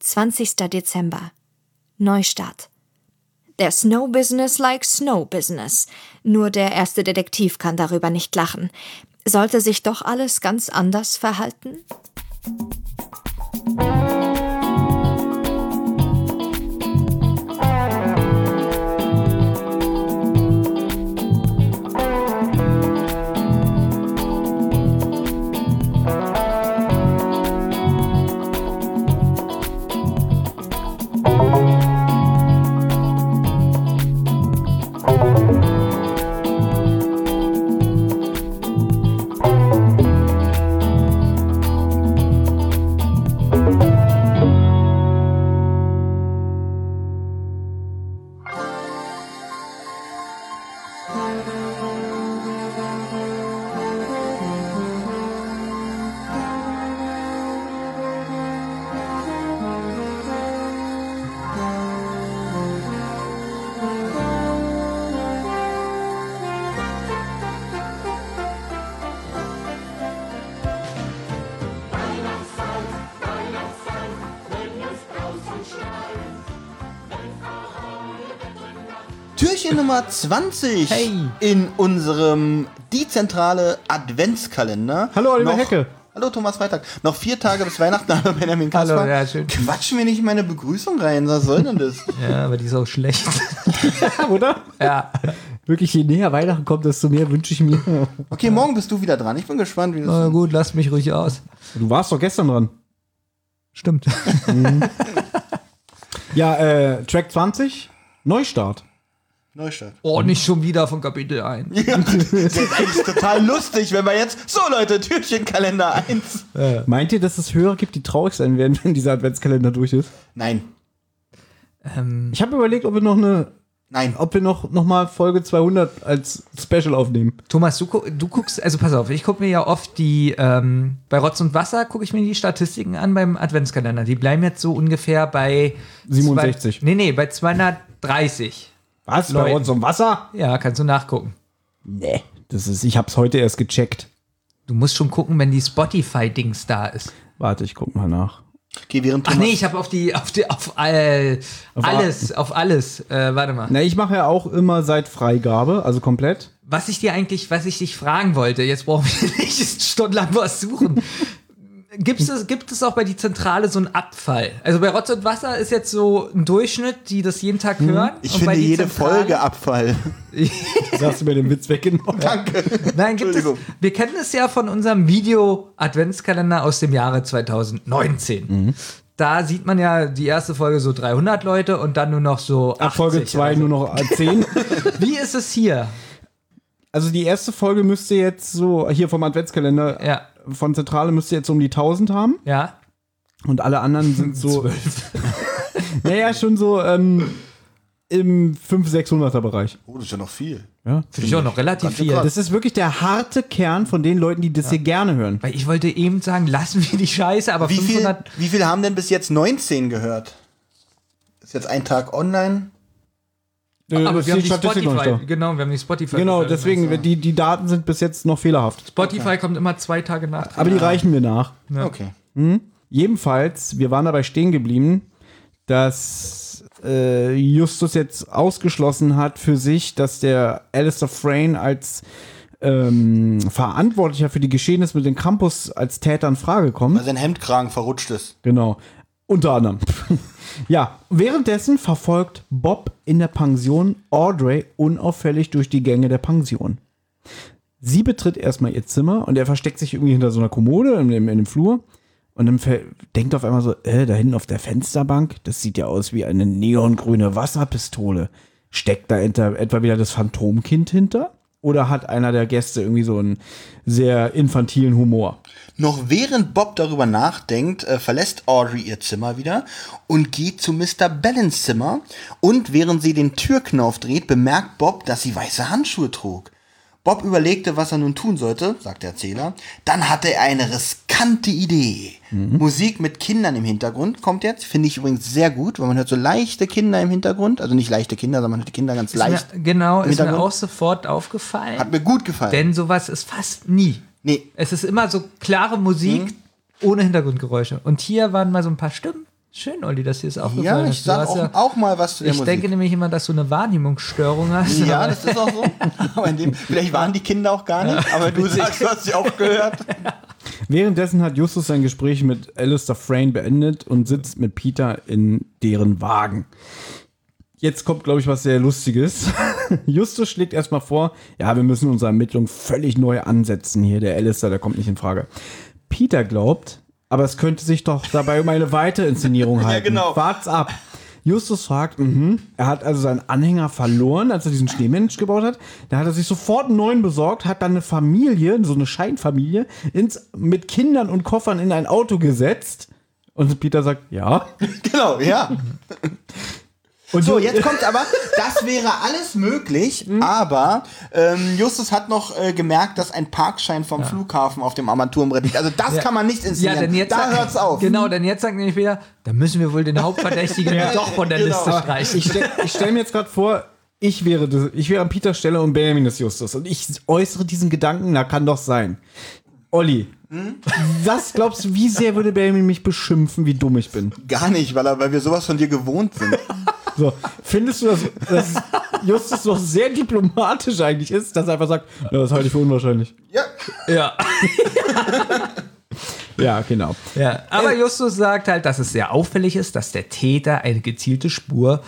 20. Dezember. Neustart. There's no business like snow business. Nur der erste Detektiv kann darüber nicht lachen. Sollte sich doch alles ganz anders verhalten? Türchen Nummer 20 Hey. in unserem dezentrale Adventskalender. Hallo, Oliver Hecke. Hallo Thomas Freitag. Noch vier Tage bis Weihnachten, hallo Benjamin Kaspar. Hallo, ja, schön. Quatsch mir nicht in meine Begrüßung rein, was soll denn das? Ja, aber die ist auch schlecht. Oder? Ja. Wirklich, je näher Weihnachten kommt, desto mehr wünsche ich mir. Okay, morgen bist du wieder dran. Ich bin gespannt, wie das Na gut, lass mich ruhig aus. Du warst doch gestern dran. Stimmt. Ja, äh, Track 20, Neustart. Neustart. Oh, nicht schon wieder von Kapitel 1. Das ist total lustig, wenn wir jetzt. So Leute, Türchenkalender 1. Meint ihr, dass es Hörer gibt, die traurig sein werden, wenn dieser Adventskalender durch ist? Nein. Ähm, Ich habe überlegt, ob wir noch eine, Nein. ob wir noch, noch mal Folge 200 als Special aufnehmen. Thomas, du, gu- du guckst, also pass auf, ich gucke mir ja oft die, ähm, bei Rotz und Wasser gucke ich mir die Statistiken an beim Adventskalender. Die bleiben jetzt so ungefähr bei 67. Zwei, nee, nee, bei 230. Was? Leuten. um Wasser? Ja, kannst du nachgucken. Nee. Das ist, ich hab's heute erst gecheckt. Du musst schon gucken, wenn die Spotify-Dings da ist. Warte, ich guck mal nach. Okay, während Ach Thomas. nee, ich habe auf die, auf die, auf, all, Auf alles, auf alles. Äh, warte mal. Na, ich mache ja auch immer seit Freigabe, also komplett. Was ich dir eigentlich, was ich dich fragen wollte, jetzt brauchen wir nicht stundenlang was suchen. Gibt's es, gibt es auch bei die Zentrale so einen Abfall? Also bei Rotz und Wasser ist jetzt so ein Durchschnitt, die das jeden Tag hören. Hm. Ich und bei finde Die jede Zentrale- Folge Abfall. Das hast du mir den Witz weggenommen. Nein, gibt es, Entschuldigung. wir kennen es ja von unserem Video-Adventskalender aus dem Jahre 2019. Mhm. Da sieht man ja die erste Folge so 300 Leute und dann nur noch so. Ab Folge 80 2 oder so. nur noch äh, 10. Wie ist es hier? Also die erste Folge müsste jetzt so, hier vom Adventskalender Ja, von Zentrale müsste jetzt um die 1000 haben. ja. Und alle anderen sind so. naja, schon so ähm, im 500-600er Bereich. Oh, das ist ja noch viel. Ja. Finde ich auch noch relativ viel. Das ist wirklich der harte Kern von den Leuten, die das hier gerne hören. Weil ich wollte eben sagen, lassen wir die Scheiße, aber Wie viel, 500. wie viel haben denn bis jetzt 19 gehört? Ist jetzt ein Tag online? aber Äh, Äh, Das wir haben ist die Statistik noch nicht Spotify. da. Genau, wir haben die Spotify. Genau, deswegen, die, die Daten sind bis jetzt noch fehlerhaft. Spotify kommt immer zwei Tage nach. Aber die reichen wir nach. Okay. Jedenfalls, wir waren dabei stehen geblieben, dass äh, Justus jetzt ausgeschlossen hat für sich, dass der Alistair Frayne als ähm, Verantwortlicher für die Geschehnisse mit den Campus als Täter in Frage kommt. Weil sein Also Hemdkragen verrutscht ist. Genau. Unter anderem. ja, währenddessen verfolgt Bob in der Pension Audrey unauffällig durch die Gänge der Pension. Sie betritt erstmal ihr Zimmer und er versteckt sich irgendwie hinter so einer Kommode in dem, in dem Flur. Und dann ver- denkt auf einmal so, äh, da hinten auf der Fensterbank, das sieht ja aus wie eine neongrüne Wasserpistole. Steckt da hinter, etwa wieder das Phantomkind hinter? Oder hat einer der Gäste irgendwie so einen sehr infantilen Humor? Noch während Bob darüber nachdenkt, äh, verlässt Audrey ihr Zimmer wieder und geht zu Mr. Bellens Zimmer. Und während sie den Türknauf dreht, bemerkt Bob, dass sie weiße Handschuhe trug. Bob überlegte, was er nun tun sollte, sagt der Erzähler. Dann hatte er eine riskante Idee. Musik mit Kindern im Hintergrund kommt jetzt, finde ich übrigens sehr gut, weil man hört so leichte Kinder im Hintergrund. Also nicht leichte Kinder, sondern man hört die Kinder ganz leicht. Ist mir, genau, ist mir Hintergrund. auch sofort aufgefallen. Hat mir gut gefallen. denn sowas ist fast nie. nee, Mhm. Es ist immer so klare Musik ohne Hintergrundgeräusche. Und hier waren mal so ein paar Stimmen. Schön, Olli, dass dir das aufgefallen Ja, ist. ich Du sag hast auch, ja- auch mal was zu der ich Musik. denke nämlich immer, dass du eine Wahrnehmungsstörung hast. ja, aber- das ist auch so. Aber in dem, vielleicht waren die Kinder auch gar nicht, aber du sagst, du hast sie auch gehört. Währenddessen hat Justus sein Gespräch mit Alistair Frayne beendet und sitzt mit Peter in deren Wagen. Jetzt kommt, glaube ich, was sehr Lustiges. Justus schlägt erstmal vor, ja, wir müssen unsere Ermittlung völlig neu ansetzen hier. Der Alistair, der kommt nicht in Frage. Peter glaubt, aber es könnte sich doch dabei um eine weitere Inszenierung halten. genau. Wart's ab. Justus fragt, mhm, er hat also seinen Anhänger verloren, als er diesen Schneemensch gebaut hat. Da hat er sich sofort einen neuen besorgt, hat dann eine Familie, so eine Scheinfamilie, ins, mit Kindern und Koffern in ein Auto gesetzt. Und Peter sagt, ja. Genau, ja. Und So, Ju- jetzt kommt aber, das wäre alles möglich, aber ähm, Justus hat noch äh, gemerkt, dass ein Parkschein vom Flughafen auf dem Armaturenbrett liegt. Also das kann man nicht Ja, inszenieren. denn jetzt da sagt- hört's auf. Genau, denn jetzt sagt nämlich wieder, da müssen wir wohl den Hauptverdächtigen doch von der Genau. Liste streichen. Ich stelle stell mir jetzt gerade vor, ich wäre, das, ich wäre an Peters Stelle und Benjamin ist Justus. Und ich äußere diesen Gedanken, na kann doch sein. Olli, was glaubst du, wie sehr würde Benjamin mich beschimpfen, wie dumm ich bin? Gar nicht, weil, er- weil wir sowas von dir gewohnt sind. So, findest du, dass, dass Justus doch sehr diplomatisch eigentlich ist, dass er einfach sagt, ja, das halte ich für unwahrscheinlich. ja. ja. Ja, genau. ja. Aber Justus sagt halt, dass es sehr auffällig ist, dass der Täter eine gezielte Spur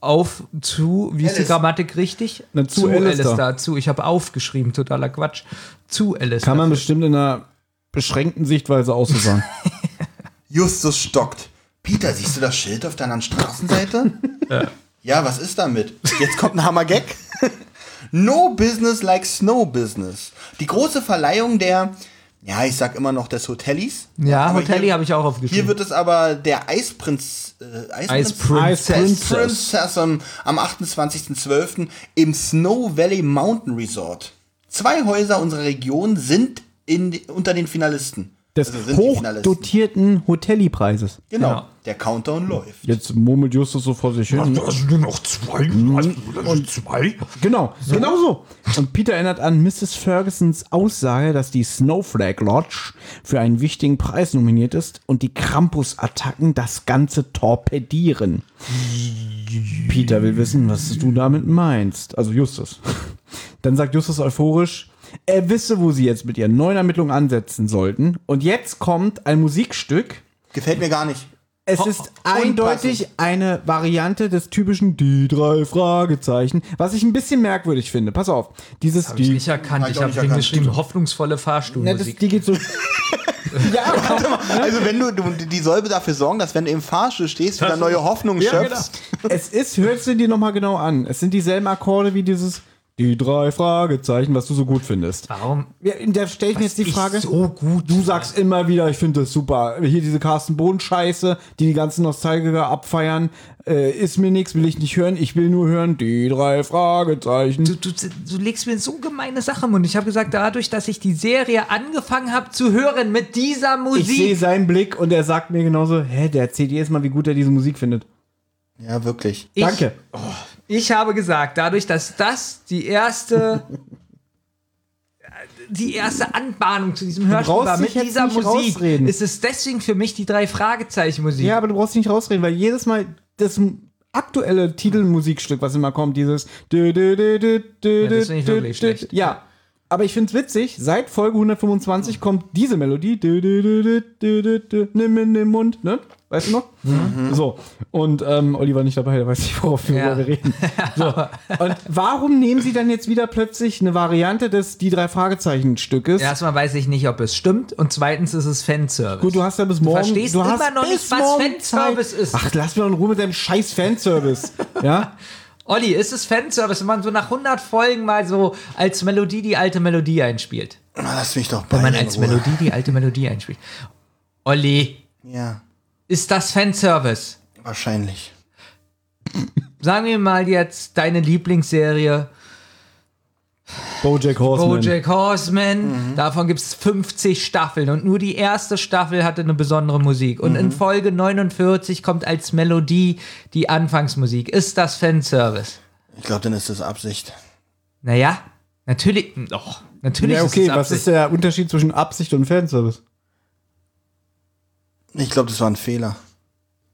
auf zu, wie ist die Alice. Grammatik richtig? Na, zu Alistair. zu. Ich habe aufgeschrieben, totaler Quatsch. Zu Alistair. Kann man bestimmt in einer beschränkten Sichtweise auch so sagen. Justus stockt. Peter, siehst du das Schild auf deiner Straßenseite? ja, was ist damit? Jetzt kommt ein Hammergag. no business like snow business. Die große Verleihung der, ja, ich sag immer noch des Hotellis. ja, Aber Hotelli hier- habe ich auch aufgeschrieben. Hier wird es aber der Eisprinz, äh, Ice Eisprinz, Princess. Princess. Princess am, am 28.12. im Snow Valley Mountain Resort. Zwei Häuser unserer Region sind in, unter den Finalisten. Des Also sind die Finalisten. hochdotierten Hotelli-Preises. Genau. Genau. Der Countdown läuft. Jetzt murmelt Justus so vor sich hin. Hast du noch zwei? Mhm. Hast du noch zwei? Genau, genau so. Und Peter erinnert an Mrs. Fergusons Aussage, dass die Snowflake Lodge für einen wichtigen Preis nominiert ist und die Krampus-Attacken das Ganze torpedieren. Peter will wissen, was du damit meinst. Also Justus. Dann sagt Justus euphorisch, er wisse, wo sie jetzt mit ihren neuen Ermittlungen ansetzen sollten. Und jetzt kommt ein Musikstück. Gefällt mir gar nicht. Es ist eindeutig eine Variante des typischen die drei Fragezeichen, was ich ein bisschen merkwürdig finde. Pass auf, dieses ich die, nicht erkannt. Hab ich Ich auch habe nicht den erkannt. geschrieben, hoffnungsvolle na, das, Fahrstuhlmusik. die geht so. ja, Also wenn du, du die soll dafür sorgen, dass wenn du im Fahrstuhl stehst, wieder neue Hoffnung Ja, genau. genau. schöpfst. es ist. Hörst du dir noch mal genau an? Es sind dieselben Akkorde wie dieses die drei Fragezeichen, was du so gut findest. Warum? Ja, da stelle ich mir jetzt die ich Frage. so gut Du sagst immer wieder, ich finde das super. Hier diese Carsten Bohn-Scheiße, die die ganzen Nostalgiker abfeiern. Äh, ist mir nichts, will ich nicht hören. Ich will nur hören die drei Fragezeichen. Du, du, du legst mir so gemeine Sachen und ich habe gesagt, dadurch, dass ich die Serie angefangen habe zu hören mit dieser Ich sehe Musik. seinen Blick und er sagt mir genauso, hä, der erzählt jedes Mal, wie gut er diese Musik findet. Ja, wirklich. Danke. Ich, ich habe gesagt, dadurch, dass das die erste die erste Anbahnung zu diesem Hörspiel brauchst war dich mit jetzt dieser nicht Musik, rausreden. ist es deswegen für mich die drei Fragezeichen Musik. Ja, aber du brauchst dich nicht rausreden, weil jedes Mal das m- aktuelle Titelmusikstück, was immer kommt, dieses dü- dü- dü- dü- dü- Ja, das dü- finde ich dü- wirklich dü- schlecht. Ja. Aber ich finde es witzig, seit Folge 125 kommt diese Melodie. Dü- dü- dü- dü- dü- dü- dü- Nimm in den Mund, ne? Weißt du noch? So. Und ähm, Olli war nicht dabei, der weiß nicht, worauf wir Ja. wir reden. So. Und warum nehmen sie dann jetzt wieder plötzlich eine Variante des die drei Fragezeichen-Stückes? Erstmal weiß ich nicht, ob es stimmt und zweitens ist es Fanservice. Gut, du hast ja bis morgen. verstehst du immer hast noch bis nicht, was morgen Fanservice Zeit. ist. Ach, lass mir doch in Ruhe mit deinem scheiß Fanservice. ja? Olli, ist es Fanservice, wenn man so nach 100 Folgen mal so als Melodie die alte Melodie einspielt? Na, Lass mich doch Wenn bei man in als Ruhe. Melodie die alte Melodie einspielt. Olli, Ja, ist das Fanservice? wahrscheinlich. Sagen wir mal jetzt deine Lieblingsserie Bojack Horseman. Mhm. Bojack Horseman. Davon gibt es 50 Staffeln und nur die erste Staffel hatte eine besondere Musik. Und Mhm. in Folge 49 kommt als Melodie die Anfangsmusik. Ist das Fanservice? Ich glaube, dann ist das Absicht. Naja, natürlich. Doch, natürlich Ja, okay, ist es was Absicht. ist der Unterschied zwischen Absicht und Fanservice? Ich glaube, das war ein Fehler.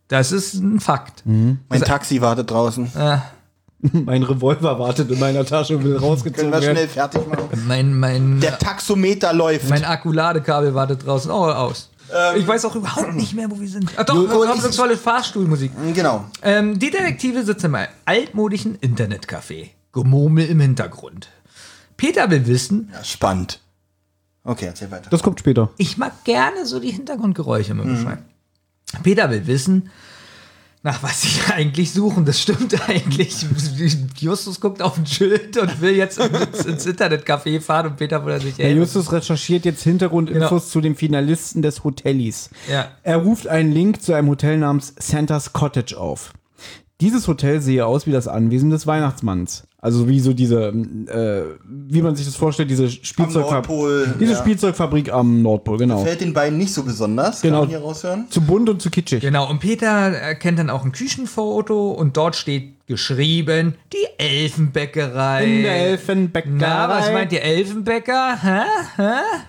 Das ist ein Fakt. Mhm. Mein Taxi wartet draußen. Hm, Mein Revolver wartet in meiner Tasche und will Können rausgezogen wir werden. schnell fertig machen? Mein, mein, Der Taxometer läuft. mein Akkuladekabel wartet draußen oh, aus. Ähm. ich weiß auch überhaupt nicht mehr, wo wir sind. Ach doch, Jo- wir haben so tolle Fahrstuhlmusik. genau. Ähm, die Detektive sitzen im altmodischen Internetcafé. Gemurmel im Hintergrund. Peter will wissen, Ja, spannend. Okay, erzähl weiter. Das kommt später. Ich mag gerne so die Hintergrundgeräusche Mhm. mit dem Schwein. Peter will wissen, nach was sie eigentlich suchen. Das stimmt eigentlich. Justus guckt auf ein Schild und will jetzt ins, ins Internetcafé fahren und Peter wundert sich, Herr ey, Justus recherchiert jetzt Hintergrundinfos Genau. zu den Finalisten des Hotellis. Ja. Er ruft einen Link zu einem Hotel namens Santa's Cottage auf. Dieses Hotel sehe aus wie das Anwesen des Weihnachtsmanns. Also wie so diese, äh, wie man sich das vorstellt, diese Nordpol, Spielzeugfabrik. Diese ja. Spielzeugfabrik am Nordpol, genau. Fällt den beiden nicht so besonders, kann Genau. man hier raushören. Zu bunt und zu kitschig. Genau, und Peter erkennt dann auch ein Küchenfoto und dort steht geschrieben, die Elfenbäckerei. In der Elfenbäckerei. Na, was meint ihr, Elfenbäcker? Hä? Hä?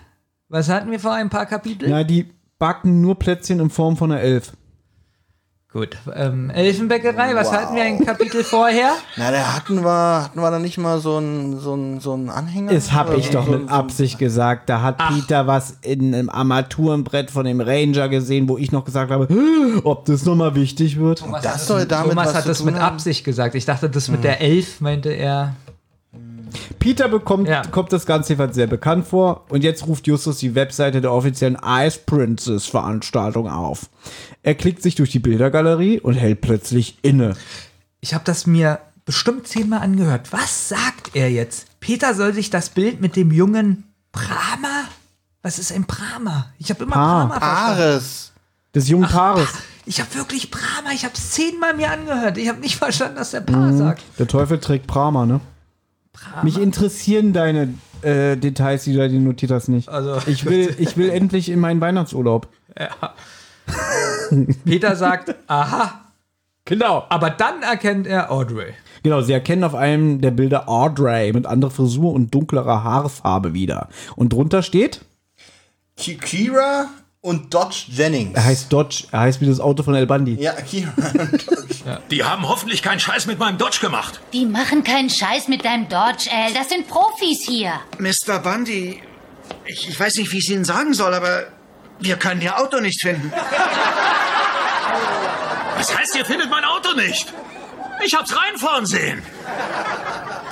Was hatten wir vor ein paar Kapiteln? Na, die backen nur Plätzchen in Form von einer Elf. Gut, ähm, Elfenbäckerei, was hatten wir ein Kapitel vorher? Na, da hatten wir, hatten wir da nicht mal so einen so einen- so einen Anhänger? Das habe ich Oder doch so- mit Absicht gesagt. Da hat Peter was in einem Armaturenbrett von dem Ranger gesehen, wo ich noch gesagt habe, ob das nochmal wichtig wird. Das soll damit Thomas was hat zu das tun mit haben? Hm. Absicht gesagt. Ich dachte, das mit der Elf meinte er. Peter bekommt, Ja. kommt das Ganze jedenfalls sehr bekannt vor. Und jetzt ruft Justus die Webseite der offiziellen Ice Princess Veranstaltung auf. Er klickt sich durch die Bildergalerie und hält plötzlich inne. Ich habe das mir bestimmt zehnmal angehört. Was sagt er jetzt? Peter soll sich das Bild mit dem jungen Brahma? Was ist ein Brahma? Ich habe immer Ah. Brahma verstanden. Ares. Des jungen Paares. Ich habe wirklich Brahma. Ich habe es zehnmal mir angehört. Ich habe nicht verstanden, was der Paar Hm. sagt. Der Teufel trägt Prama, ne? Mich interessieren deine äh, Details, die du da dir notiert hast, nicht. Also- ich, will, ich will endlich in meinen Weihnachtsurlaub. Peter sagt, aha. Genau. Aber dann erkennt er Audrey. Genau, sie erkennen auf einem der Bilder Audrey mit anderer Frisur und dunklerer Haarfarbe wieder. Und drunter steht, Ki- Kira und Dodge Jennings. er heißt Dodge, er heißt wie das Auto von El Bandi. ja, Kira und Dodge. Die haben hoffentlich keinen Scheiß mit meinem Dodge gemacht. Die machen keinen Scheiß mit deinem Dodge, Al. Das sind Profis hier. Mr. Bundy, ich, ich weiß nicht, wie ich es Ihnen sagen soll, aber wir können Ihr Auto nicht finden. Was heißt, ihr findet mein Auto nicht? Ich hab's reinfahren sehen.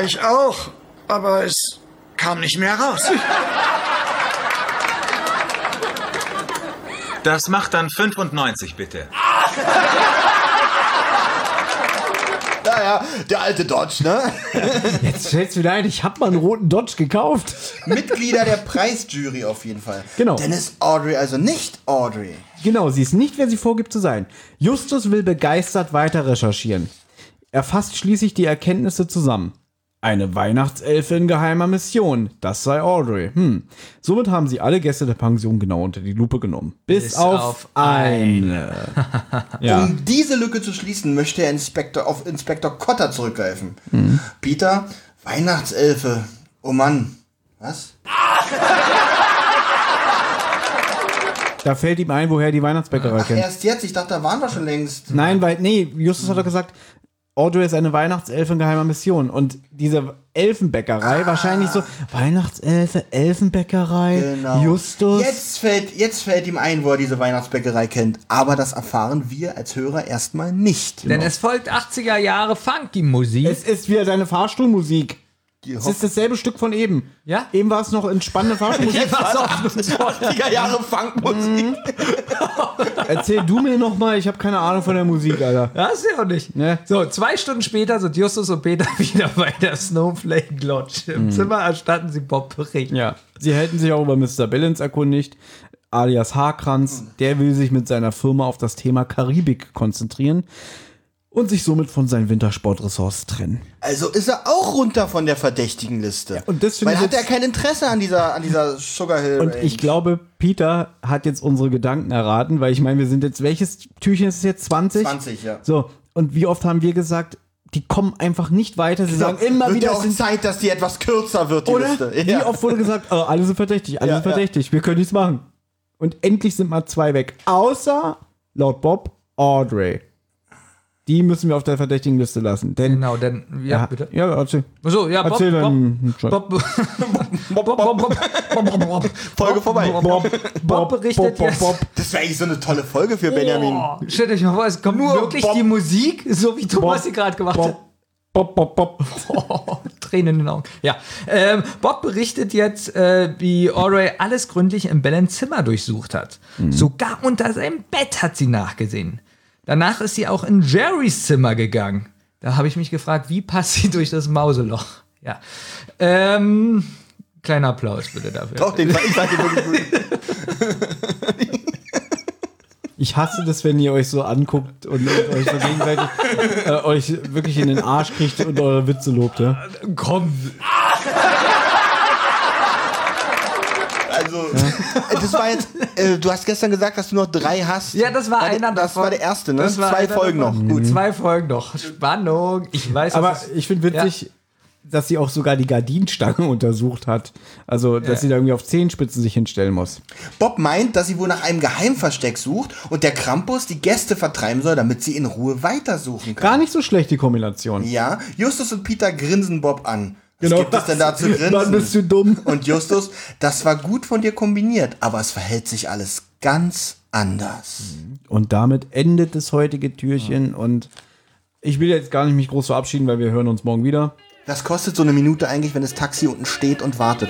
Ich auch, aber es kam nicht mehr raus. Das macht dann 95 bitte. Ja, ja, der alte Dodge, ne? Jetzt fällt's wieder ein, ich hab mal einen roten Dodge gekauft. Mitglieder der Preisjury auf jeden Fall. Genau. Denn ist Audrey also nicht Audrey. Genau, sie ist nicht, wer sie vorgibt zu sein. Justus will begeistert weiter recherchieren. Er fasst schließlich die Erkenntnisse zusammen. Eine Weihnachtselfe in geheimer Mission. Das sei Audrey. Hm. Somit haben sie alle Gäste der Pension genau unter die Lupe genommen. Bis, Bis auf, auf eine. ja. Um diese Lücke zu schließen, möchte er Inspektor, auf Inspektor Cotter zurückgreifen. Peter, Weihnachtselfe. Oh Mann. Was? Da fällt ihm ein, woher die Weihnachtsbäckerei kennt. Erst jetzt, ich dachte, da waren wir schon längst. Nein, weil, nee, Justus Hm. hat doch gesagt, Audrey ist eine Weihnachtselfe in geheimer Mission. Und diese Ah. Elfenbäckerei, wahrscheinlich so, Weihnachtselfe, Elfenbäckerei, Justus. Genau. Jetzt fällt, jetzt fällt ihm ein, wo er diese Weihnachtsbäckerei kennt. Aber das erfahren wir als Hörer erstmal nicht. Denn es folgt 80er Jahre Funky-Musik. Es ist wieder seine Fahrstuhlmusik. Die Es ist dasselbe Stück von eben. Ja? Eben war es noch entspannende Fahrstuhlmusik. Pass auf, 80er Jahre Funkmusik. Erzähl du mir nochmal, ich habe keine Ahnung von der Musik, Alter. Ja, ist ja auch nicht. Ne? So, zwei Stunden später sind Justus und Peter wieder bei der Snowflake Lodge. Im Zimmer erstatten sie Bob Bericht. Mhm. Ja. Sie hätten sich auch über Mr. Billings erkundigt, alias Hm. Haarkranz. Der will sich mit seiner Firma auf das Thema Karibik konzentrieren und sich somit von seinen Wintersportressorts trennen. Also ist er auch runter von der verdächtigen Liste. und das finde Weil ich hat er jetzt- kein Interesse an dieser, an dieser Sugar Hill. Und Range. ich glaube, Peter hat jetzt unsere Gedanken erraten, weil ich meine, wir sind jetzt, welches Türchen ist es jetzt? 20? 20, ja. So, und wie oft haben wir gesagt, die kommen einfach nicht weiter. Sie sagen Genau. immer wird wieder, ja es auch sind Zeit, dass die etwas kürzer wird, die Oder? Liste. Wie oft wurde gesagt, oh, alle sind verdächtig, alle Ja, sind verdächtig, wir können nichts machen. Und endlich sind mal zwei weg. Außer, laut Bob, Audrey. Die müssen wir auf der verdächtigen Liste lassen. Denn, Genau, denn, ja, bitte. Ja, erzähl. So, ja, Bob, Erzähl dann. Bob, Bob, Bob, Bob, Bob, Bob, Bob, Bob, Bob, Folge vorbei. Bob, Bob, Bob berichtet jetzt. Das wäre eigentlich so eine tolle Folge für Benjamin. Oh, stellt euch mal vor, es kommt Nur wirklich Bob. die Musik, so wie Thomas Bob, sie gerade gemacht hat. Bob, Bob, Bob, Bob. Oh, Tränen in den Augen. Ja. Ähm, Bob berichtet jetzt, äh, wie Aurey alles gründlich in Bellens Zimmer durchsucht hat. Sogar unter seinem Bett hat sie nachgesehen. Danach ist sie auch in Jerrys Zimmer gegangen. Da habe ich mich gefragt, wie passt sie durch das Mauseloch? Ja. Ähm, kleiner Applaus bitte dafür. Doch, den fand ich fand den wirklich gut. Ich hasse das, wenn ihr euch so anguckt und, und euch so gegenseitig äh, euch wirklich in den Arsch kriegt und eure Witze lobt, ja? Komm. Also, äh, das war jetzt, äh, du hast gestern gesagt, dass du noch drei hast. Ja, das war Warte, einer Das davon. war der erste, ne? Das war Zwei einer Folgen davon. noch. Mhm. Gut. Zwei Folgen noch. Spannung. Ich weiß, Aber dass es- ich finde witzig, dass sie auch sogar die Gardinenstange untersucht hat. Also, dass sie da irgendwie auf Zehenspitzen sich hinstellen muss. Bob meint, dass sie wohl nach einem Geheimversteck sucht und der Krampus die Gäste vertreiben soll, damit sie in Ruhe weitersuchen kann. Gar nicht so schlecht, die Kombination. Ja, Justus und Peter grinsen Bob an. Was Genau gibt es das. denn da zu grinsen? Mann, bist du dumm. Und Justus, das war gut von dir kombiniert, aber es verhält sich alles ganz anders. Und damit endet das heutige Türchen und ich will jetzt gar nicht mich groß verabschieden, weil wir hören uns morgen wieder. Das kostet so eine Minute eigentlich, wenn das Taxi unten steht und wartet.